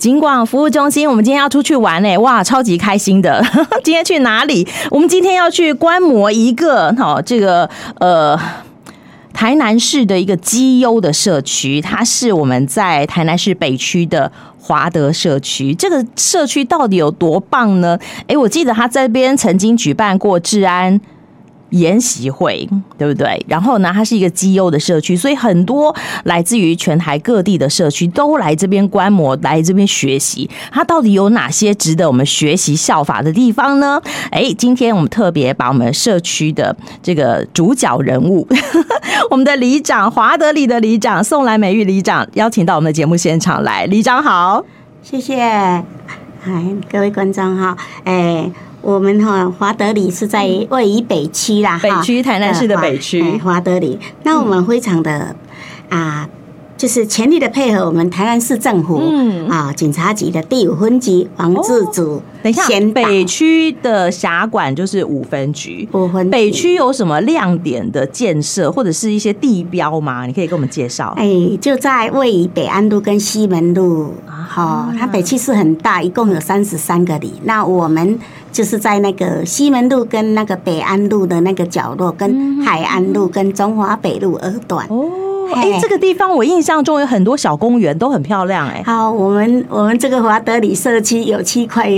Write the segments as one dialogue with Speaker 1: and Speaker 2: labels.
Speaker 1: 景广服务中心，我们今天要出去玩哎，哇，超级开心的。 今天去哪里？我们今天要去观摩一个好、这个呃。台南市的一个基优的社区，它是我们在台南市北区的华德社区。这个社区到底有多棒呢？诶，我记得它这边曾经举办过治安研习会，对不对？然后呢，它是一个基优的社区，所以很多来自于全台各地的社区都来这边观摩，来这边学习。它到底有哪些值得我们学习效法的地方呢？哎，今天我们特别把我们社区的这个主角人物， 我们的里长华德里的里长宋兰美玉里长邀请到我们的节目现场来。里长好，
Speaker 2: 谢谢，哎，各位观众哈，哎，我们哈华德里是在位于北区啦，
Speaker 1: 北
Speaker 2: 哈
Speaker 1: 区台南市的
Speaker 2: 呃
Speaker 1: 北区
Speaker 2: 华哎华德里。那我们非常的啊，就是全力的配合我们台南市政府，
Speaker 1: 嗯哦
Speaker 2: 啊，警察局的第五分局王志祖，
Speaker 1: 等一下
Speaker 2: 先，导
Speaker 1: 北区的辖管就是五分局。
Speaker 2: 五分
Speaker 1: 北。区有什么亮点的建设，或者是一些地标吗？你可以给我们介绍。
Speaker 2: 哎，就在位于北安路跟西门路，
Speaker 1: 啊
Speaker 2: 好、它北区是很大，一共有三十三个里。那我们就是在那个西门路跟那个北安路的那个角落，
Speaker 1: 嗯
Speaker 2: 跟海岸路跟中华北路二段。
Speaker 1: 哦，哎、
Speaker 2: 嘿
Speaker 1: 这个地方我印象中有很多小公园，都很漂亮、哎，
Speaker 2: 好，我们我们这个华德里社区有七块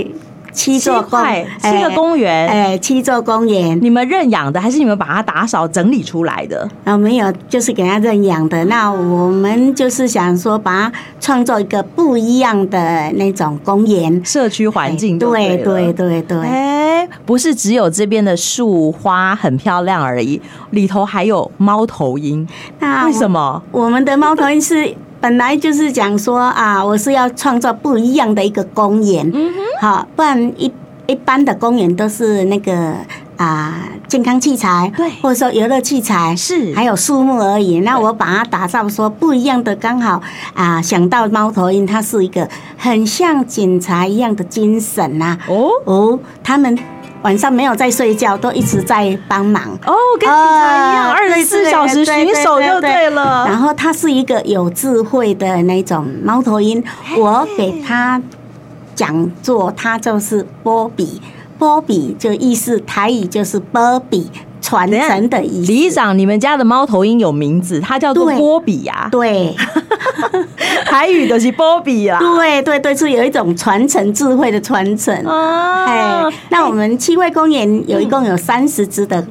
Speaker 1: 七
Speaker 2: 七座公
Speaker 1: 块七个公园、
Speaker 2: 哎哎七座公园，
Speaker 1: 你们认养的，还是你们把它打扫整理出来的？
Speaker 2: 啊、没有，就是给他认养的。那我们就是想说，把它创造一个不一样的那种公园
Speaker 1: 社区环境
Speaker 2: 哎
Speaker 1: 就
Speaker 2: 对
Speaker 1: 了
Speaker 2: 对。对对，
Speaker 1: 哎、不是只有这边的树花很漂亮而已，里头还有猫头鹰，
Speaker 2: 那
Speaker 1: 为什
Speaker 2: 么
Speaker 1: 么？
Speaker 2: 我们的猫头鹰是本来就是讲说啊，我是要创造不一样的一个公园，
Speaker 1: 嗯
Speaker 2: 好，不然一一般的公园都是那个啊健康器材，
Speaker 1: 对
Speaker 2: 或者说游乐器材
Speaker 1: 是
Speaker 2: 还有树木而已。那我把它打造说不一样的，刚好啊想到猫头鹰，它是一个很像警察一样的精神呐、
Speaker 1: 哦
Speaker 2: 哦，他们晚上没有在睡觉，都一直在帮忙。
Speaker 1: 哦，跟警察一样，
Speaker 2: 啊
Speaker 1: 二十四
Speaker 2: 对对
Speaker 1: 小时
Speaker 2: 对
Speaker 1: 巡
Speaker 2: 对
Speaker 1: 守就
Speaker 2: 对对
Speaker 1: 对了。
Speaker 2: 然后它是一个有智慧的那种猫头鹰，我给它讲座，它就是波比，波比就意思台语就是波比传
Speaker 1: 等一下
Speaker 2: 承的意思。
Speaker 1: 里长，你们家的猫头鹰有名字，它叫做
Speaker 2: 对
Speaker 1: 波比呀、
Speaker 2: 对
Speaker 1: 台语的是波比啦。
Speaker 2: 对对对，是有一种传承智慧的传承。
Speaker 1: 啊
Speaker 2: 哎，，那我们七位公园有一共有三十只的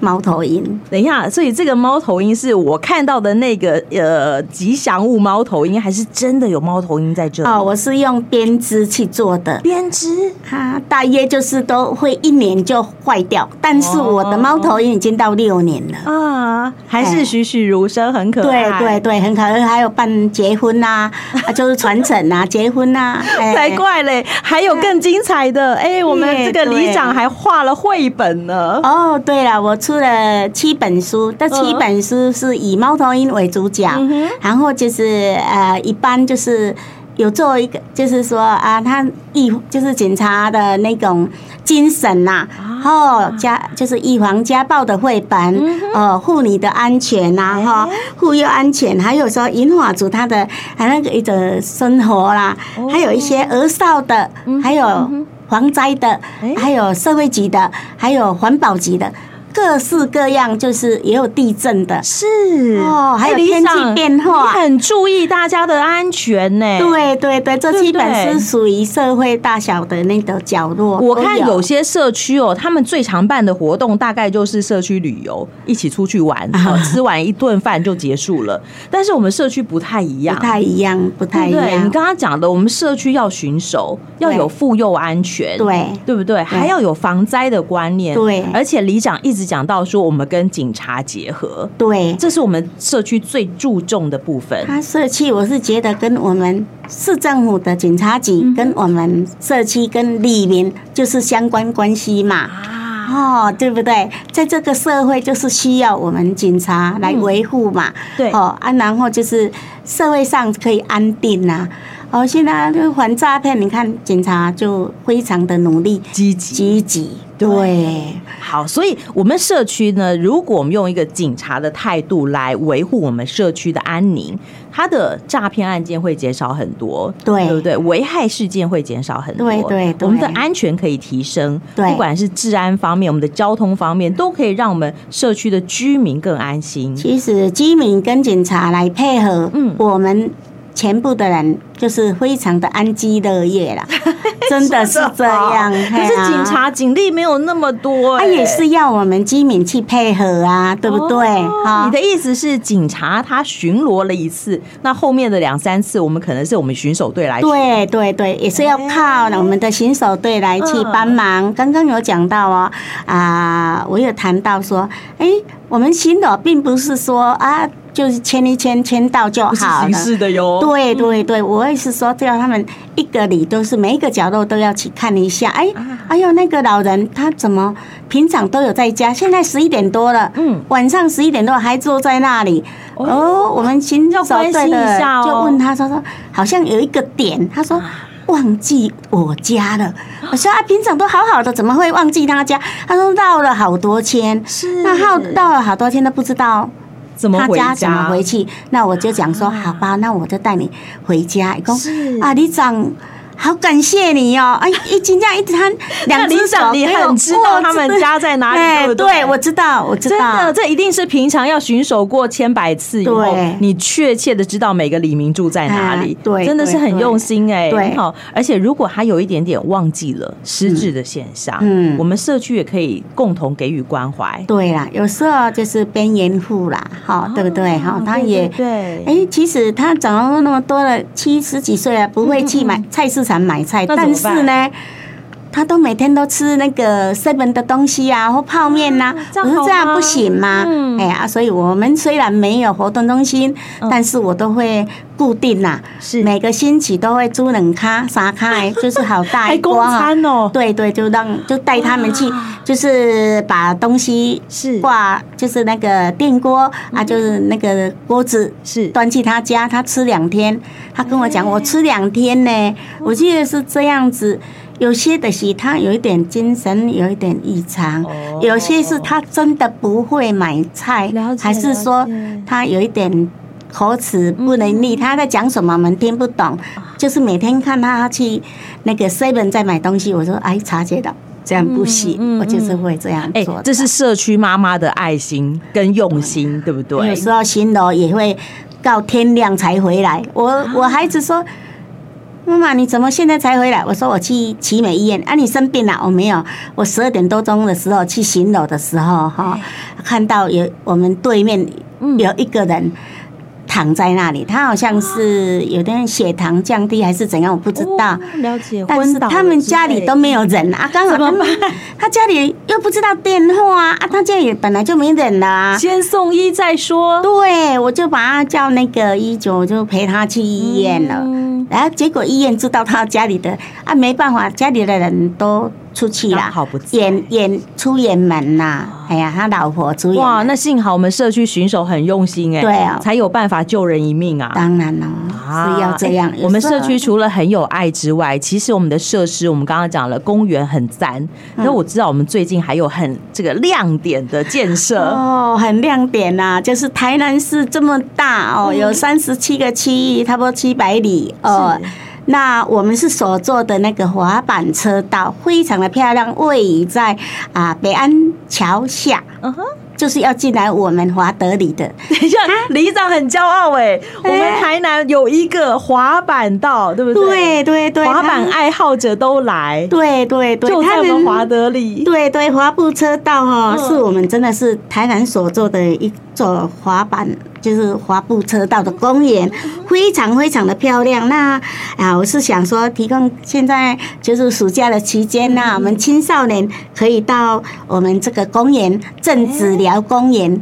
Speaker 2: 猫头鹰，
Speaker 1: 等一下，所以这个猫头鹰是我看到的那个呃吉祥物猫头鹰，还是真的有猫头鹰在这里？
Speaker 2: 哦，我是用编织去做的。
Speaker 1: 编织
Speaker 2: 它大约就是都会一年就坏掉，但是我的猫头鹰已经到六年了。
Speaker 1: 啊，还是栩栩如生，很可
Speaker 2: 对
Speaker 1: 爱。
Speaker 2: 哦对对，很可爱，还有办结婚呐、啊，就是传承呐、结婚呐、哎
Speaker 1: 才怪嘞！还有更精彩的，哎、我们这个里长还画了绘本呢。
Speaker 2: 哦，对了，我出了七本书，这七本书是以猫头鹰为主角，
Speaker 1: 嗯哼
Speaker 2: 然后就是呃，一般就是有做一个，就是说啊，他预就是警察的那种精神呐、
Speaker 1: 啊
Speaker 2: 哦，家就是预防家暴的绘本，
Speaker 1: 嗯
Speaker 2: 呃，护你的安全呐、
Speaker 1: 哎
Speaker 2: 哈、护幼安全，还有说银发族他的啊那个一种生活啦，
Speaker 1: 哦
Speaker 2: 还有一些儿少的，
Speaker 1: 嗯
Speaker 2: 还有防灾的，
Speaker 1: 哎
Speaker 2: 还有社会局的，还有环保局的，各式各样，就是也有地震的。
Speaker 1: 是
Speaker 2: 哦还有天气变化
Speaker 1: 你很注意大家的安全呢。。
Speaker 2: 对对对，这
Speaker 1: 对
Speaker 2: 基
Speaker 1: 不
Speaker 2: 本
Speaker 1: 对
Speaker 2: 是属于社会大小的那个角落。
Speaker 1: 我看
Speaker 2: 都
Speaker 1: 有些社区哦，他们最常办的活动大概就是社区旅游，一起出去玩，
Speaker 2: 啊
Speaker 1: 哦、吃完一顿饭就结束 了。但是我们社区不太一样
Speaker 2: 不，太一样，不
Speaker 1: 对
Speaker 2: 太一
Speaker 1: 不对？你
Speaker 2: 样。
Speaker 1: 刚刚讲的，我们社区要巡守，要有妇幼安全，
Speaker 2: 对
Speaker 1: 对不对？还要有防灾的观念，
Speaker 2: 对
Speaker 1: 而且里长一直讲到说，我们跟警察结合，
Speaker 2: 对，
Speaker 1: 这是我们社区最注重的部分。
Speaker 2: 它社区我是觉得跟我们市政府的警察
Speaker 1: 嗯
Speaker 2: 局、跟我们社区跟里面就是相关关系嘛。
Speaker 1: 啊，
Speaker 2: 哦，对不对？在这个社会，就是需要我们警察来维护嘛。
Speaker 1: 对
Speaker 2: 哦啊，然后就是社会上可以安定呐、哦，现在就反诈骗，你看警察就非常的努力
Speaker 1: 积极。
Speaker 2: 积极，
Speaker 1: 对
Speaker 2: 对
Speaker 1: 好，所以我们社区呢，如果我们用一个警察的态度来维护我们社区的安宁，它的诈骗案件会减少很多，
Speaker 2: 对
Speaker 1: 对不对？危害事件会减少很多，
Speaker 2: 对对对
Speaker 1: 我们的安全可以提升，
Speaker 2: 对
Speaker 1: 不管是治安方面，我们的交通方面，都可以让我们社区的居民更安心。
Speaker 2: 其实居民跟警察来配合，
Speaker 1: 嗯
Speaker 2: 我们全部的人就是非常的安居乐业 啦，真的是这样。
Speaker 1: 可
Speaker 2: 嘿
Speaker 1: 是
Speaker 2: 啊
Speaker 1: 警察警力没有那么多、
Speaker 2: 他
Speaker 1: 哎
Speaker 2: 也是要我们居民去配合啊，对不对？
Speaker 1: 哦
Speaker 2: 哈、
Speaker 1: 你的意思是，警察他巡逻了一次，那后面的两三次，我们可能是我们巡守队来巡。
Speaker 2: 对对对，也是要靠
Speaker 1: 哎
Speaker 2: 我们的巡守队来去帮
Speaker 1: 嗯
Speaker 2: 忙。刚刚有讲到哦，啊，我有谈到说，哎，我们巡逻并不是说啊，就是签一签签到就
Speaker 1: 不是
Speaker 2: 好
Speaker 1: 刑
Speaker 2: 了。
Speaker 1: 事的哟。
Speaker 2: 对对对，我也是说，叫他们一个里都是每一个角落都要去看一下。哎
Speaker 1: 啊，
Speaker 2: 哎呦，那个老人他怎么平常都有在家，现在十一点多了，
Speaker 1: 嗯
Speaker 2: 晚上十一点多还坐在那里。
Speaker 1: 哦
Speaker 2: 哦，我们行
Speaker 1: 要
Speaker 2: 走
Speaker 1: 关
Speaker 2: 队
Speaker 1: 心一
Speaker 2: 的
Speaker 1: 下哦啊
Speaker 2: 就问他说说，好像有一个点，他说。忘记我家了，我 说啊，平常都好好的，怎么会忘记他家？他说绕了好多圈，
Speaker 1: 是
Speaker 2: 那绕绕了好多圈都不知道
Speaker 1: 怎么
Speaker 2: 他
Speaker 1: 回
Speaker 2: 家怎么回去？那我就讲说，
Speaker 1: 啊
Speaker 2: 好吧，那我就带你回家。公
Speaker 1: 是
Speaker 2: 啊，李长，好感谢你哦！哎，一今天 一摊两只
Speaker 1: 里
Speaker 2: 手哎
Speaker 1: 长，你
Speaker 2: 给我
Speaker 1: 很知道
Speaker 2: 握
Speaker 1: 他们
Speaker 2: 着
Speaker 1: 家在哪里
Speaker 2: 哎
Speaker 1: 对不对
Speaker 2: 对，我知道，我知
Speaker 1: 真的，
Speaker 2: 道，
Speaker 1: 这一定是平常要巡守过千百次以后
Speaker 2: 对，
Speaker 1: 你确切的知道每个李明住在哪里
Speaker 2: 啊，对
Speaker 1: 真的是很用心哎、
Speaker 2: 对对
Speaker 1: 好。而且如果他有一点点忘记了失智的现象，
Speaker 2: 嗯
Speaker 1: 我们社区也可以共同给予关怀，
Speaker 2: 对啦。有时候就是边缘户啦，哈，对不对？哈
Speaker 1: 哦，
Speaker 2: 他也。
Speaker 1: 对对
Speaker 2: 哎，其实他长了那么多了，七十几岁了，不会去买菜市场买菜，
Speaker 1: 嗯那怎
Speaker 2: 但
Speaker 1: 么办
Speaker 2: 是呢，他都每天都吃那个 seven 的东西啊，或泡面呐、
Speaker 1: 嗯这
Speaker 2: 我
Speaker 1: 样
Speaker 2: 说
Speaker 1: 好
Speaker 2: 这样
Speaker 1: 吗
Speaker 2: 不行吗？
Speaker 1: 嗯
Speaker 2: 哎呀，所以我们虽然没有活动中心，
Speaker 1: 嗯
Speaker 2: 但是我都会固定呐、
Speaker 1: 是
Speaker 2: 每个星期都会租冷咖、啥 咖，哎就是好大
Speaker 1: 还
Speaker 2: 一
Speaker 1: 公
Speaker 2: 锅哈。
Speaker 1: 餐哦、
Speaker 2: 啊对对，就让就带他们去
Speaker 1: 哇，
Speaker 2: 就是把东西
Speaker 1: 是嗯
Speaker 2: 挂，就是那个电锅啊，就是那个锅子
Speaker 1: 是
Speaker 2: 端去他家，他吃两天，他跟我讲
Speaker 1: 哎哦
Speaker 2: 我吃两天呢，我记得是这样子。有些的是他有一点精神有一点异常，
Speaker 1: 哦
Speaker 2: 有些是他真的不会买菜
Speaker 1: 了，解
Speaker 2: 还是
Speaker 1: 了
Speaker 2: 说
Speaker 1: 解嗯
Speaker 2: 他有一点口齿不能力，他在讲什么我们听不懂。
Speaker 1: 啊
Speaker 2: 就是每天看他去那个 seven 在买东西，我说哎，察觉到这样不行，
Speaker 1: 嗯嗯
Speaker 2: 我就是会这样
Speaker 1: 哎、
Speaker 2: 做的。
Speaker 1: 这是社区妈妈的爱心跟用心，对不对
Speaker 2: 有？时候巡逻也会到天亮才回来。我、
Speaker 1: 啊
Speaker 2: 我孩子说：“妈妈，你怎么现在才回来？”我说：“我去奇美医院啊，你生病了？”我没有，我十二点多钟的时候去巡逻的时候，哈、看到有我们对面
Speaker 1: 嗯
Speaker 2: 有一个人。躺在那里，他好像是有的人血糖降低还是怎样，我不知道。
Speaker 1: 哦了解，
Speaker 2: 但是
Speaker 1: 昏倒了
Speaker 2: 他们
Speaker 1: 之
Speaker 2: 家里
Speaker 1: 类
Speaker 2: 都没有人啊，刚好他们他家里又不知道电话啊，啊，他家里本来就没人了啊。
Speaker 1: 先送医再说，
Speaker 2: 对，我就把他叫那个一九，就陪他去医院了。
Speaker 1: 嗯
Speaker 2: 然后结果医院知道他家里的啊，没办法，家里的人都出去
Speaker 1: 刚
Speaker 2: 了，
Speaker 1: 好不在哦
Speaker 2: 演演出远门呐、哎呀，他老婆出远
Speaker 1: 哇，
Speaker 2: 门，
Speaker 1: 那幸好我们社区巡守很用心哎、
Speaker 2: 对啊
Speaker 1: 才有办法救人一命啊。
Speaker 2: 当然了、
Speaker 1: 啊
Speaker 2: 是啊要这样。
Speaker 1: 哎我们
Speaker 2: 有时
Speaker 1: 社
Speaker 2: 候
Speaker 1: 区除了很有爱之外，其实我们的设施，我们刚刚讲了公园很赞，
Speaker 2: 嗯
Speaker 1: 那、我知道我们最近还有很这个亮点的建设，
Speaker 2: 哦，很亮点呐、就是台南市这么大哦，
Speaker 1: 嗯
Speaker 2: 有三十七个区域，差不多七百里哦
Speaker 1: 是。
Speaker 2: 那我们是所做的那个滑板车道，非常的漂亮，位于在啊、北安桥下，
Speaker 1: 嗯哼。
Speaker 2: 就是要进来我们华德里的。
Speaker 1: 等一下，
Speaker 2: 啊
Speaker 1: 里长很骄傲哎、我们台南有一个滑板道，对不对？
Speaker 2: 对对对，
Speaker 1: 滑
Speaker 2: 他
Speaker 1: 板
Speaker 2: 们
Speaker 1: 爱好者都来，
Speaker 2: 对对对，
Speaker 1: 就在
Speaker 2: 他
Speaker 1: 我
Speaker 2: 们
Speaker 1: 们华德里。
Speaker 2: 对对，滑步车道哈、
Speaker 1: 嗯
Speaker 2: 是我们真的是台南所做的一座滑板，就是滑步车道的公园，
Speaker 1: 嗯
Speaker 2: 非常非常的漂亮。那啊，我是想说，提供现在就是暑假的期间呢、
Speaker 1: 嗯
Speaker 2: 我们青少年可以到我们这个公园镇子寮公园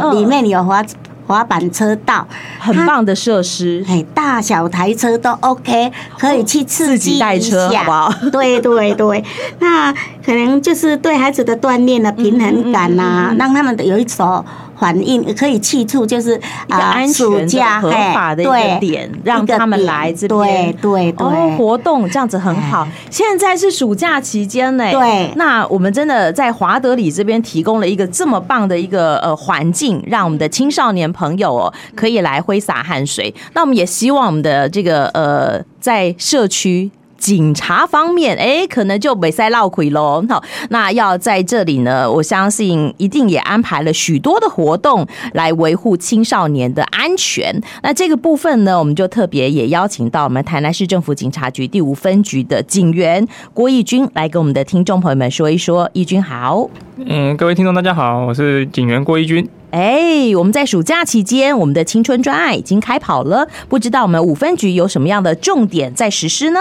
Speaker 1: 哎嗯
Speaker 2: 里面有滑滑板车道，
Speaker 1: 很棒的设施，
Speaker 2: 哎，大小台车都 OK，可以去刺
Speaker 1: 自
Speaker 2: 激
Speaker 1: 己带车
Speaker 2: 一下
Speaker 1: 好不好
Speaker 2: 对对对，啊
Speaker 1: 嗯
Speaker 2: 那可能就是对孩子的锻炼的平衡感呐、让他们的有一种反应，可以去处就是
Speaker 1: 一个安
Speaker 2: 啊暑
Speaker 1: 全的、
Speaker 2: 假
Speaker 1: 合法的一个
Speaker 2: 嘿对
Speaker 1: 点，让
Speaker 2: 一个
Speaker 1: 他们
Speaker 2: 点
Speaker 1: 来这边。
Speaker 2: 对对对，
Speaker 1: 哦，活动这样子很好。现在是暑假期间呢，
Speaker 2: 对
Speaker 1: 那我们真的在华德里这边提供了一个这么棒的一个呃环境，让我们的青少年朋友哦可以来挥洒汗水。那我们也希望我们的这个呃在社区。警察方面，哎，可能就没塞绕鬼喽。好，那要在这里呢，我相信一定也安排了许多的活动来维护青少年的安全。那这个部分呢，我们就特别也邀请到我们台南市政府警察局第五分局的警员郭义军来跟我们的听众朋友们说一说。义军好。
Speaker 3: 嗯，各位听众大家好，我是警员郭一军。
Speaker 1: 哎，我们在暑假期间，我们的青春专案已经开跑了，不知道我们五分局有什么样的重点在实施呢？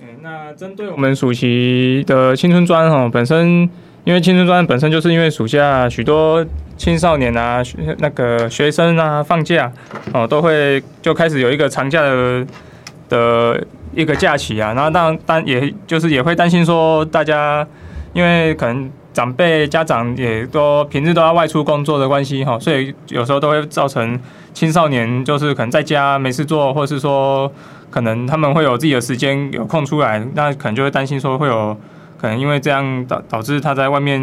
Speaker 3: 嗯，那针对我们暑期的青春专哦，本身因为青春专本身就是因为暑假许多青少年啊、学那个学生啊放假哦，都会就开始有一个长假的的一个假期啊。那当当也就是也会担心说大家因为可能。长辈、家长也都平日都要外出工作的关系哦哈，所以有时候都会造成青少年就是可能在家没事做，或是说可能他们会有自己的时间有空出来，那可能就会担心说会有可能因为这样导导致他在外面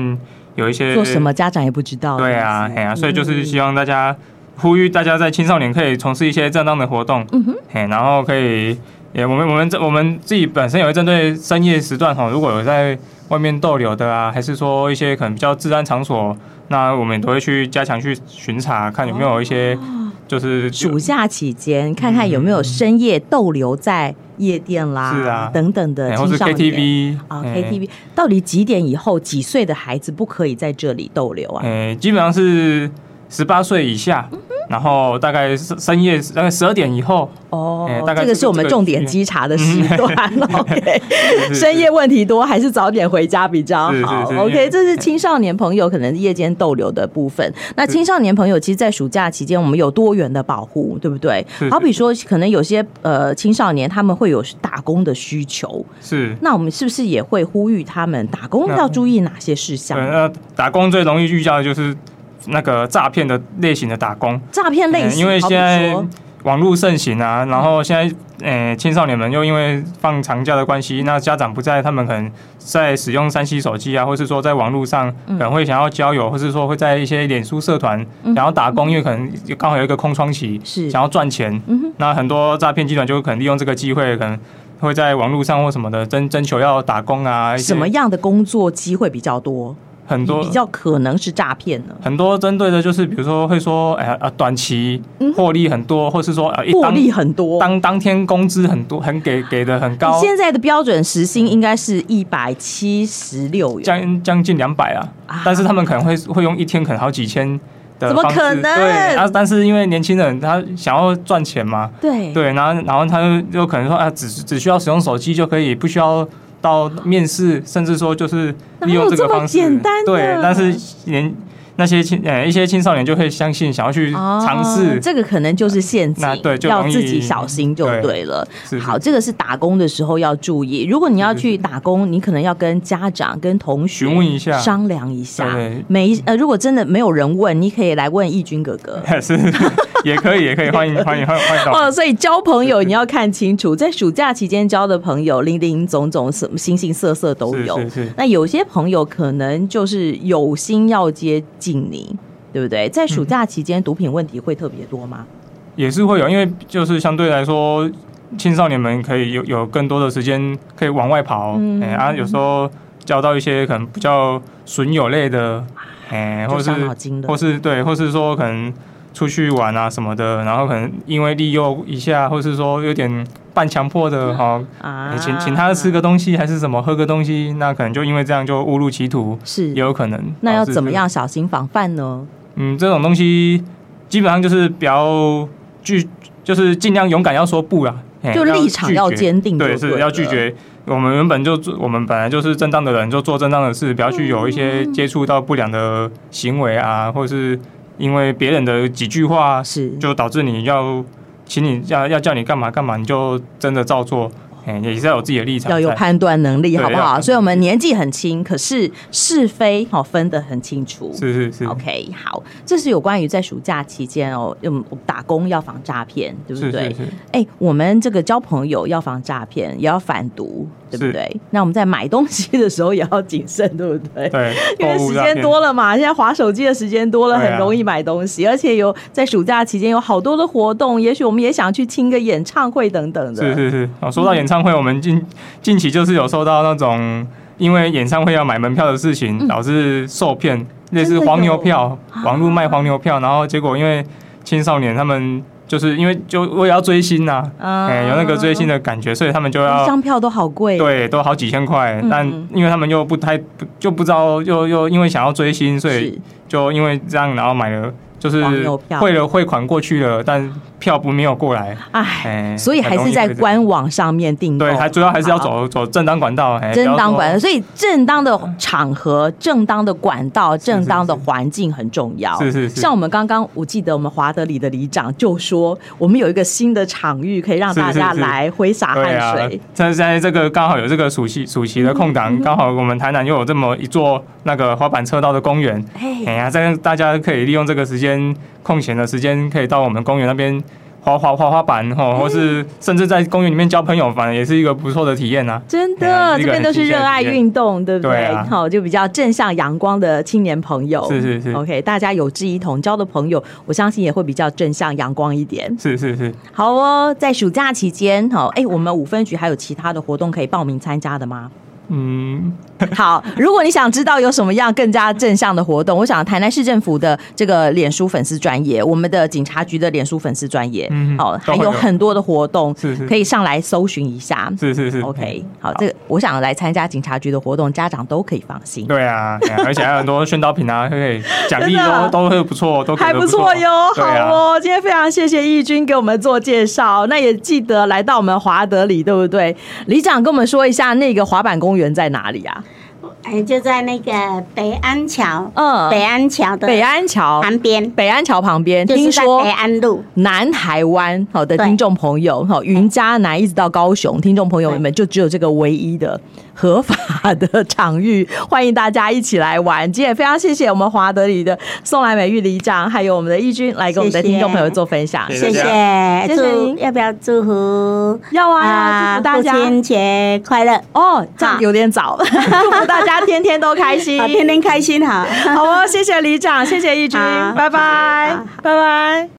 Speaker 3: 有一些
Speaker 1: 做什么家长也不知道。
Speaker 3: 呃对啊，
Speaker 1: 这
Speaker 3: 哎呀、
Speaker 1: 样子
Speaker 3: 所以就是希望大家呼吁大家在青少年可以从事一些正当的活动，嗯哼，嘿，然后可以，也我们我们这我们自己本身也会针对深夜时段哈，如果有在外面逗留的啊，还是说一些可能比较治安场所，那我们都会去加强去巡查，看有没有一些
Speaker 1: 哦
Speaker 3: 就是
Speaker 1: 暑假期间，看看有没有深夜逗留在夜店啦，
Speaker 3: 嗯是啊
Speaker 1: 等等的
Speaker 3: 嘿或
Speaker 1: 青
Speaker 3: 是
Speaker 1: 少年。
Speaker 3: KTV
Speaker 1: 啊、
Speaker 3: 嘿
Speaker 1: k t v 到底几点以后几岁的孩子不可以在这里逗留啊？
Speaker 3: 诶、基本上是十八岁以下，然后大概是深夜大概十二点以后，
Speaker 1: 哦
Speaker 3: 哎，大
Speaker 1: 这
Speaker 3: 概
Speaker 1: 个
Speaker 3: 这个
Speaker 1: 是我们
Speaker 3: 这个嗯
Speaker 1: 重点稽查的时段。OK，
Speaker 3: 是
Speaker 1: 深夜问题多还是早点回家比较
Speaker 3: 是
Speaker 1: 好
Speaker 3: 是是因
Speaker 1: ？OK，
Speaker 3: 为
Speaker 1: 这是青少年朋友可能夜间逗留的部分。那青少年朋友其实，在暑假期间，我们有多元的保护，对不对
Speaker 3: 是？是
Speaker 1: 好比说，可能有些呃青少年他们会有打工的需求，
Speaker 3: 是。
Speaker 1: 那我们是不是也会呼吁他们打工
Speaker 3: 那呃
Speaker 1: 要注意哪些事项
Speaker 3: 对，？那打工最容易遇到的就是那个诈骗的类型的打工，
Speaker 1: 诈骗类
Speaker 3: 嗯
Speaker 1: 型，
Speaker 3: 因为
Speaker 1: 好比
Speaker 3: 现在
Speaker 1: 说
Speaker 3: 网络盛行啊，然后现在。诶，青少年们又因为放长假的关系，那家长不在，他们可能在使用三 C 手机啊，或是说在网络上，
Speaker 1: 嗯
Speaker 3: 可能会想要交友，或是说会在一些脸书社团想要打工，因为可能刚好有一个空窗期，
Speaker 1: 是嗯
Speaker 3: 想要赚钱。那很多诈骗集团就可能利用这个机会，可能会在网络上或什么的征征求要打工啊，一些
Speaker 1: 什么样的工作机会比较多？
Speaker 3: 很多
Speaker 1: 比较可能是诈骗呢？
Speaker 3: 很多针对的就是，比如说会说，哎呀啊，短期获利很多，或是说啊，一
Speaker 1: 嗯获
Speaker 3: 当
Speaker 1: 利很多，
Speaker 3: 当当天工资很多，很给给的很高，
Speaker 1: 现在的标准时薪应该是一百七十六元，
Speaker 3: 将将近两百啊
Speaker 1: 啊，
Speaker 3: 但是他们可能会会用一天可能好几千的
Speaker 1: 怎么
Speaker 3: 方式
Speaker 1: 可能
Speaker 3: 对啊，但是因为年轻人他想要赚钱嘛，
Speaker 1: 对
Speaker 3: 对，然后然后他就就可能说啊，只只需要使用手机就可以，不需要到面试，甚至说就是利用这个方式。
Speaker 1: 哪有这么简单的
Speaker 3: 对，但是年那些青呃一些青少年就会相信，想要去尝
Speaker 1: 哦
Speaker 3: 试。
Speaker 1: 这个可能就是陷阱
Speaker 3: 那，对就
Speaker 1: 要
Speaker 3: 容易
Speaker 1: 自己小心就对了。
Speaker 3: 是是
Speaker 1: 好，这个是打工的时候要注意。如果你要去打工，你可能要跟家长、跟同学
Speaker 3: 询问一下
Speaker 1: 商量一下
Speaker 3: 对对。
Speaker 1: 每一呃，如果真的没有人问，你可以来问义军哥哥。
Speaker 3: 是 也 可以，也可以，欢迎欢迎欢迎欢迎到。
Speaker 1: 哦，所以交朋友你要看清楚，在暑假期间交的朋友，林林总总，什么形形色色都
Speaker 3: 是
Speaker 1: 有。
Speaker 3: 是是
Speaker 1: 那有些朋友可能就是有心要接近你，对不对？在
Speaker 3: 嗯
Speaker 1: 暑假期间，毒品问题会特别多吗？
Speaker 3: 也是会有，因为就是相对来说，青少年们可以有有更多的时间可以往外跑，哎、
Speaker 1: 嗯
Speaker 3: 啊，有时候交到一些可能比较损友类的，哎、
Speaker 1: 就
Speaker 3: 或是
Speaker 1: 伤脑筋了
Speaker 3: 或是对，或是说可能出去玩啊什么的，然后可能因为利诱一下，或是说有点半强迫的哈。
Speaker 1: 啊
Speaker 3: 哎，请请他吃个东西，还是什么喝个东西，那可能就因为这样就误入歧途，
Speaker 1: 是
Speaker 3: 也有啊可能。哦
Speaker 1: 那要
Speaker 3: 导致
Speaker 1: 怎么
Speaker 3: 这个
Speaker 1: 样小心防范呢？
Speaker 3: 嗯，这种东西基本上就是比较拒，就是尽量勇敢要说不啦，嘿
Speaker 1: 就立场要
Speaker 3: 拒绝
Speaker 1: 坚定就
Speaker 3: 对，
Speaker 1: 对
Speaker 3: 是
Speaker 1: 了
Speaker 3: 要拒绝。我们原本就做我们本来就是正当的人，就做正当的事，不要去有一些接触到不良的行为啊，或是因为别人的几句话
Speaker 1: 是
Speaker 3: 就导致你要请你要要叫你干嘛干嘛，你就真的照做。哎、也是要有自己的立场在，
Speaker 1: 哦要有判断能力，
Speaker 3: 对
Speaker 1: 好不
Speaker 3: 要有判
Speaker 1: 好？
Speaker 3: 断
Speaker 1: 所以我们年纪很轻，可是是非好分得很清楚。
Speaker 3: 是是是
Speaker 1: OK，好，这是有关于在暑假期间哦，嗯，打工要防诈骗，对不
Speaker 3: 是
Speaker 1: 对
Speaker 3: 是？是，
Speaker 1: 哎、我们这个交朋友要防诈骗，也要反毒，对不
Speaker 3: 是
Speaker 1: 对？那我们在买东西的时候也要谨慎，对不对？
Speaker 3: 对，
Speaker 1: 因为
Speaker 3: 购物
Speaker 1: 时
Speaker 3: 诈
Speaker 1: 间
Speaker 3: 骗
Speaker 1: 多了嘛，现在划手机的时间多了，
Speaker 3: 对啊
Speaker 1: 很容易买东西，而且有在暑假期间有好多的活动，也许我们也想去听个演唱会等等的。
Speaker 3: 是是是，哦，说到演唱会，我们近近期就是有收到那种因为演唱会要买门票的
Speaker 1: 嗯
Speaker 3: 事情，导致受骗，类似黄牛票，
Speaker 1: 啊
Speaker 3: 网络卖黄牛票，然后结果因为青少年他们就是因为就为了要追星呐、
Speaker 1: 啊
Speaker 3: 哎、有那个追星的感觉，所以他们就
Speaker 1: 一
Speaker 3: 要。
Speaker 1: 张票都好贵。
Speaker 3: 啊对，都好几千块，
Speaker 1: 嗯
Speaker 3: 但
Speaker 1: 嗯
Speaker 3: 因为他们又不太不就不知道，又又因为想要追星，所以
Speaker 1: 是
Speaker 3: 就因为这样，然后买了就是
Speaker 1: 黄牛票
Speaker 3: 汇了汇款过去了，但票不没有过来，
Speaker 1: 哎，
Speaker 3: 哎
Speaker 1: 所以还是在官网上面订购。
Speaker 3: 对，还主要还是要
Speaker 1: 哦好。
Speaker 3: 走走正当管道，哎
Speaker 1: 正当管，
Speaker 3: 不要
Speaker 1: 道，
Speaker 3: 说
Speaker 1: 所以正当的场合、正当的管道、正当的环境很重要。
Speaker 3: 是是是
Speaker 1: 像我们刚刚，我记得我们华德里的里长就说，我们有一个新的场域可以让大家
Speaker 3: 是是是
Speaker 1: 来挥洒
Speaker 3: 对啊
Speaker 1: 汗水。，嗯
Speaker 3: 但是在这个刚好有这个暑期暑期的空档，刚好我们台南又有这么一座那个滑板车道的公园，
Speaker 1: 哎
Speaker 3: 哎呀，这样大家可以利用这个时间空闲的时间，可以到我们公园那边滑滑滑滑板
Speaker 1: 嗯
Speaker 3: 吼，或是甚至在公园里面交朋友，反正也是一个不错的体验呐。
Speaker 1: 真
Speaker 3: 哎
Speaker 1: 的，
Speaker 3: 呀
Speaker 1: 这
Speaker 3: 这个
Speaker 1: 边都是热爱运动，对不
Speaker 3: 对
Speaker 1: 对
Speaker 3: 啊？
Speaker 1: 好、就比较正向阳光的青年朋友。
Speaker 3: 是是是
Speaker 1: OK，大家有志一同，交的朋友，我相信也会比较正向阳光一点。
Speaker 3: 是是是，
Speaker 1: 好哦，在暑假期间，好、哎，我们五分局还有其他的活动可以报名参加的吗？
Speaker 3: 嗯，
Speaker 1: 好，如果你想知道有什么样更加正向的活动，我想台南市政府的这个脸书粉丝专业，我们的警察局的脸书粉丝专业，
Speaker 3: 嗯
Speaker 1: 好，
Speaker 3: 都
Speaker 1: 还有
Speaker 3: 会有
Speaker 1: 很多的活动，
Speaker 3: 是是
Speaker 1: 可以上来搜寻一下。
Speaker 3: 是是嗯是
Speaker 1: OK，好，这个我想来参加警察局的活动，家长都可以放心。
Speaker 3: 对啊，哎呀而且还有很多宣导品啊，可以奖 励
Speaker 1: 真的
Speaker 3: 都都会不错，都给得
Speaker 1: 还不错哟，
Speaker 3: 对
Speaker 1: 好
Speaker 3: 啊
Speaker 1: 哦，今天非常谢谢义军给我们做介绍，那也记得来到我们华德里，对不对？里长跟我们说一下那个滑板公园在哪里啊？
Speaker 2: 哎，就在那个北安桥，
Speaker 1: 嗯
Speaker 2: 北安桥的
Speaker 1: 北安桥，
Speaker 2: 旁边，
Speaker 1: 北安桥旁边，
Speaker 2: 就是
Speaker 1: 听
Speaker 2: 在
Speaker 1: 说
Speaker 2: 北安路。
Speaker 1: 南台湾好的
Speaker 2: 对
Speaker 1: 听众朋友，好云嘉南一直到高雄，听众朋友们就只有这个唯一的合法的 场域，欢迎大家一起来玩。今天也非常谢谢我们华德里的宋来美玉里长，还有我们的义军来跟我们的
Speaker 2: 谢谢
Speaker 1: 听众朋友做分享。
Speaker 3: 谢
Speaker 2: 谢
Speaker 3: 谢
Speaker 2: 谢，
Speaker 1: 谢谢
Speaker 2: 祝
Speaker 1: 您
Speaker 2: 要不要祝福
Speaker 1: 要啊，要祝福大家
Speaker 2: 父亲节快乐，
Speaker 1: 哦，这样有点早， 祝福大家天天都开心。
Speaker 2: 啊天天开心好。
Speaker 1: 好哦，谢谢里长，谢谢义军
Speaker 2: 好，
Speaker 1: 拜拜
Speaker 2: 好好，
Speaker 1: 拜拜。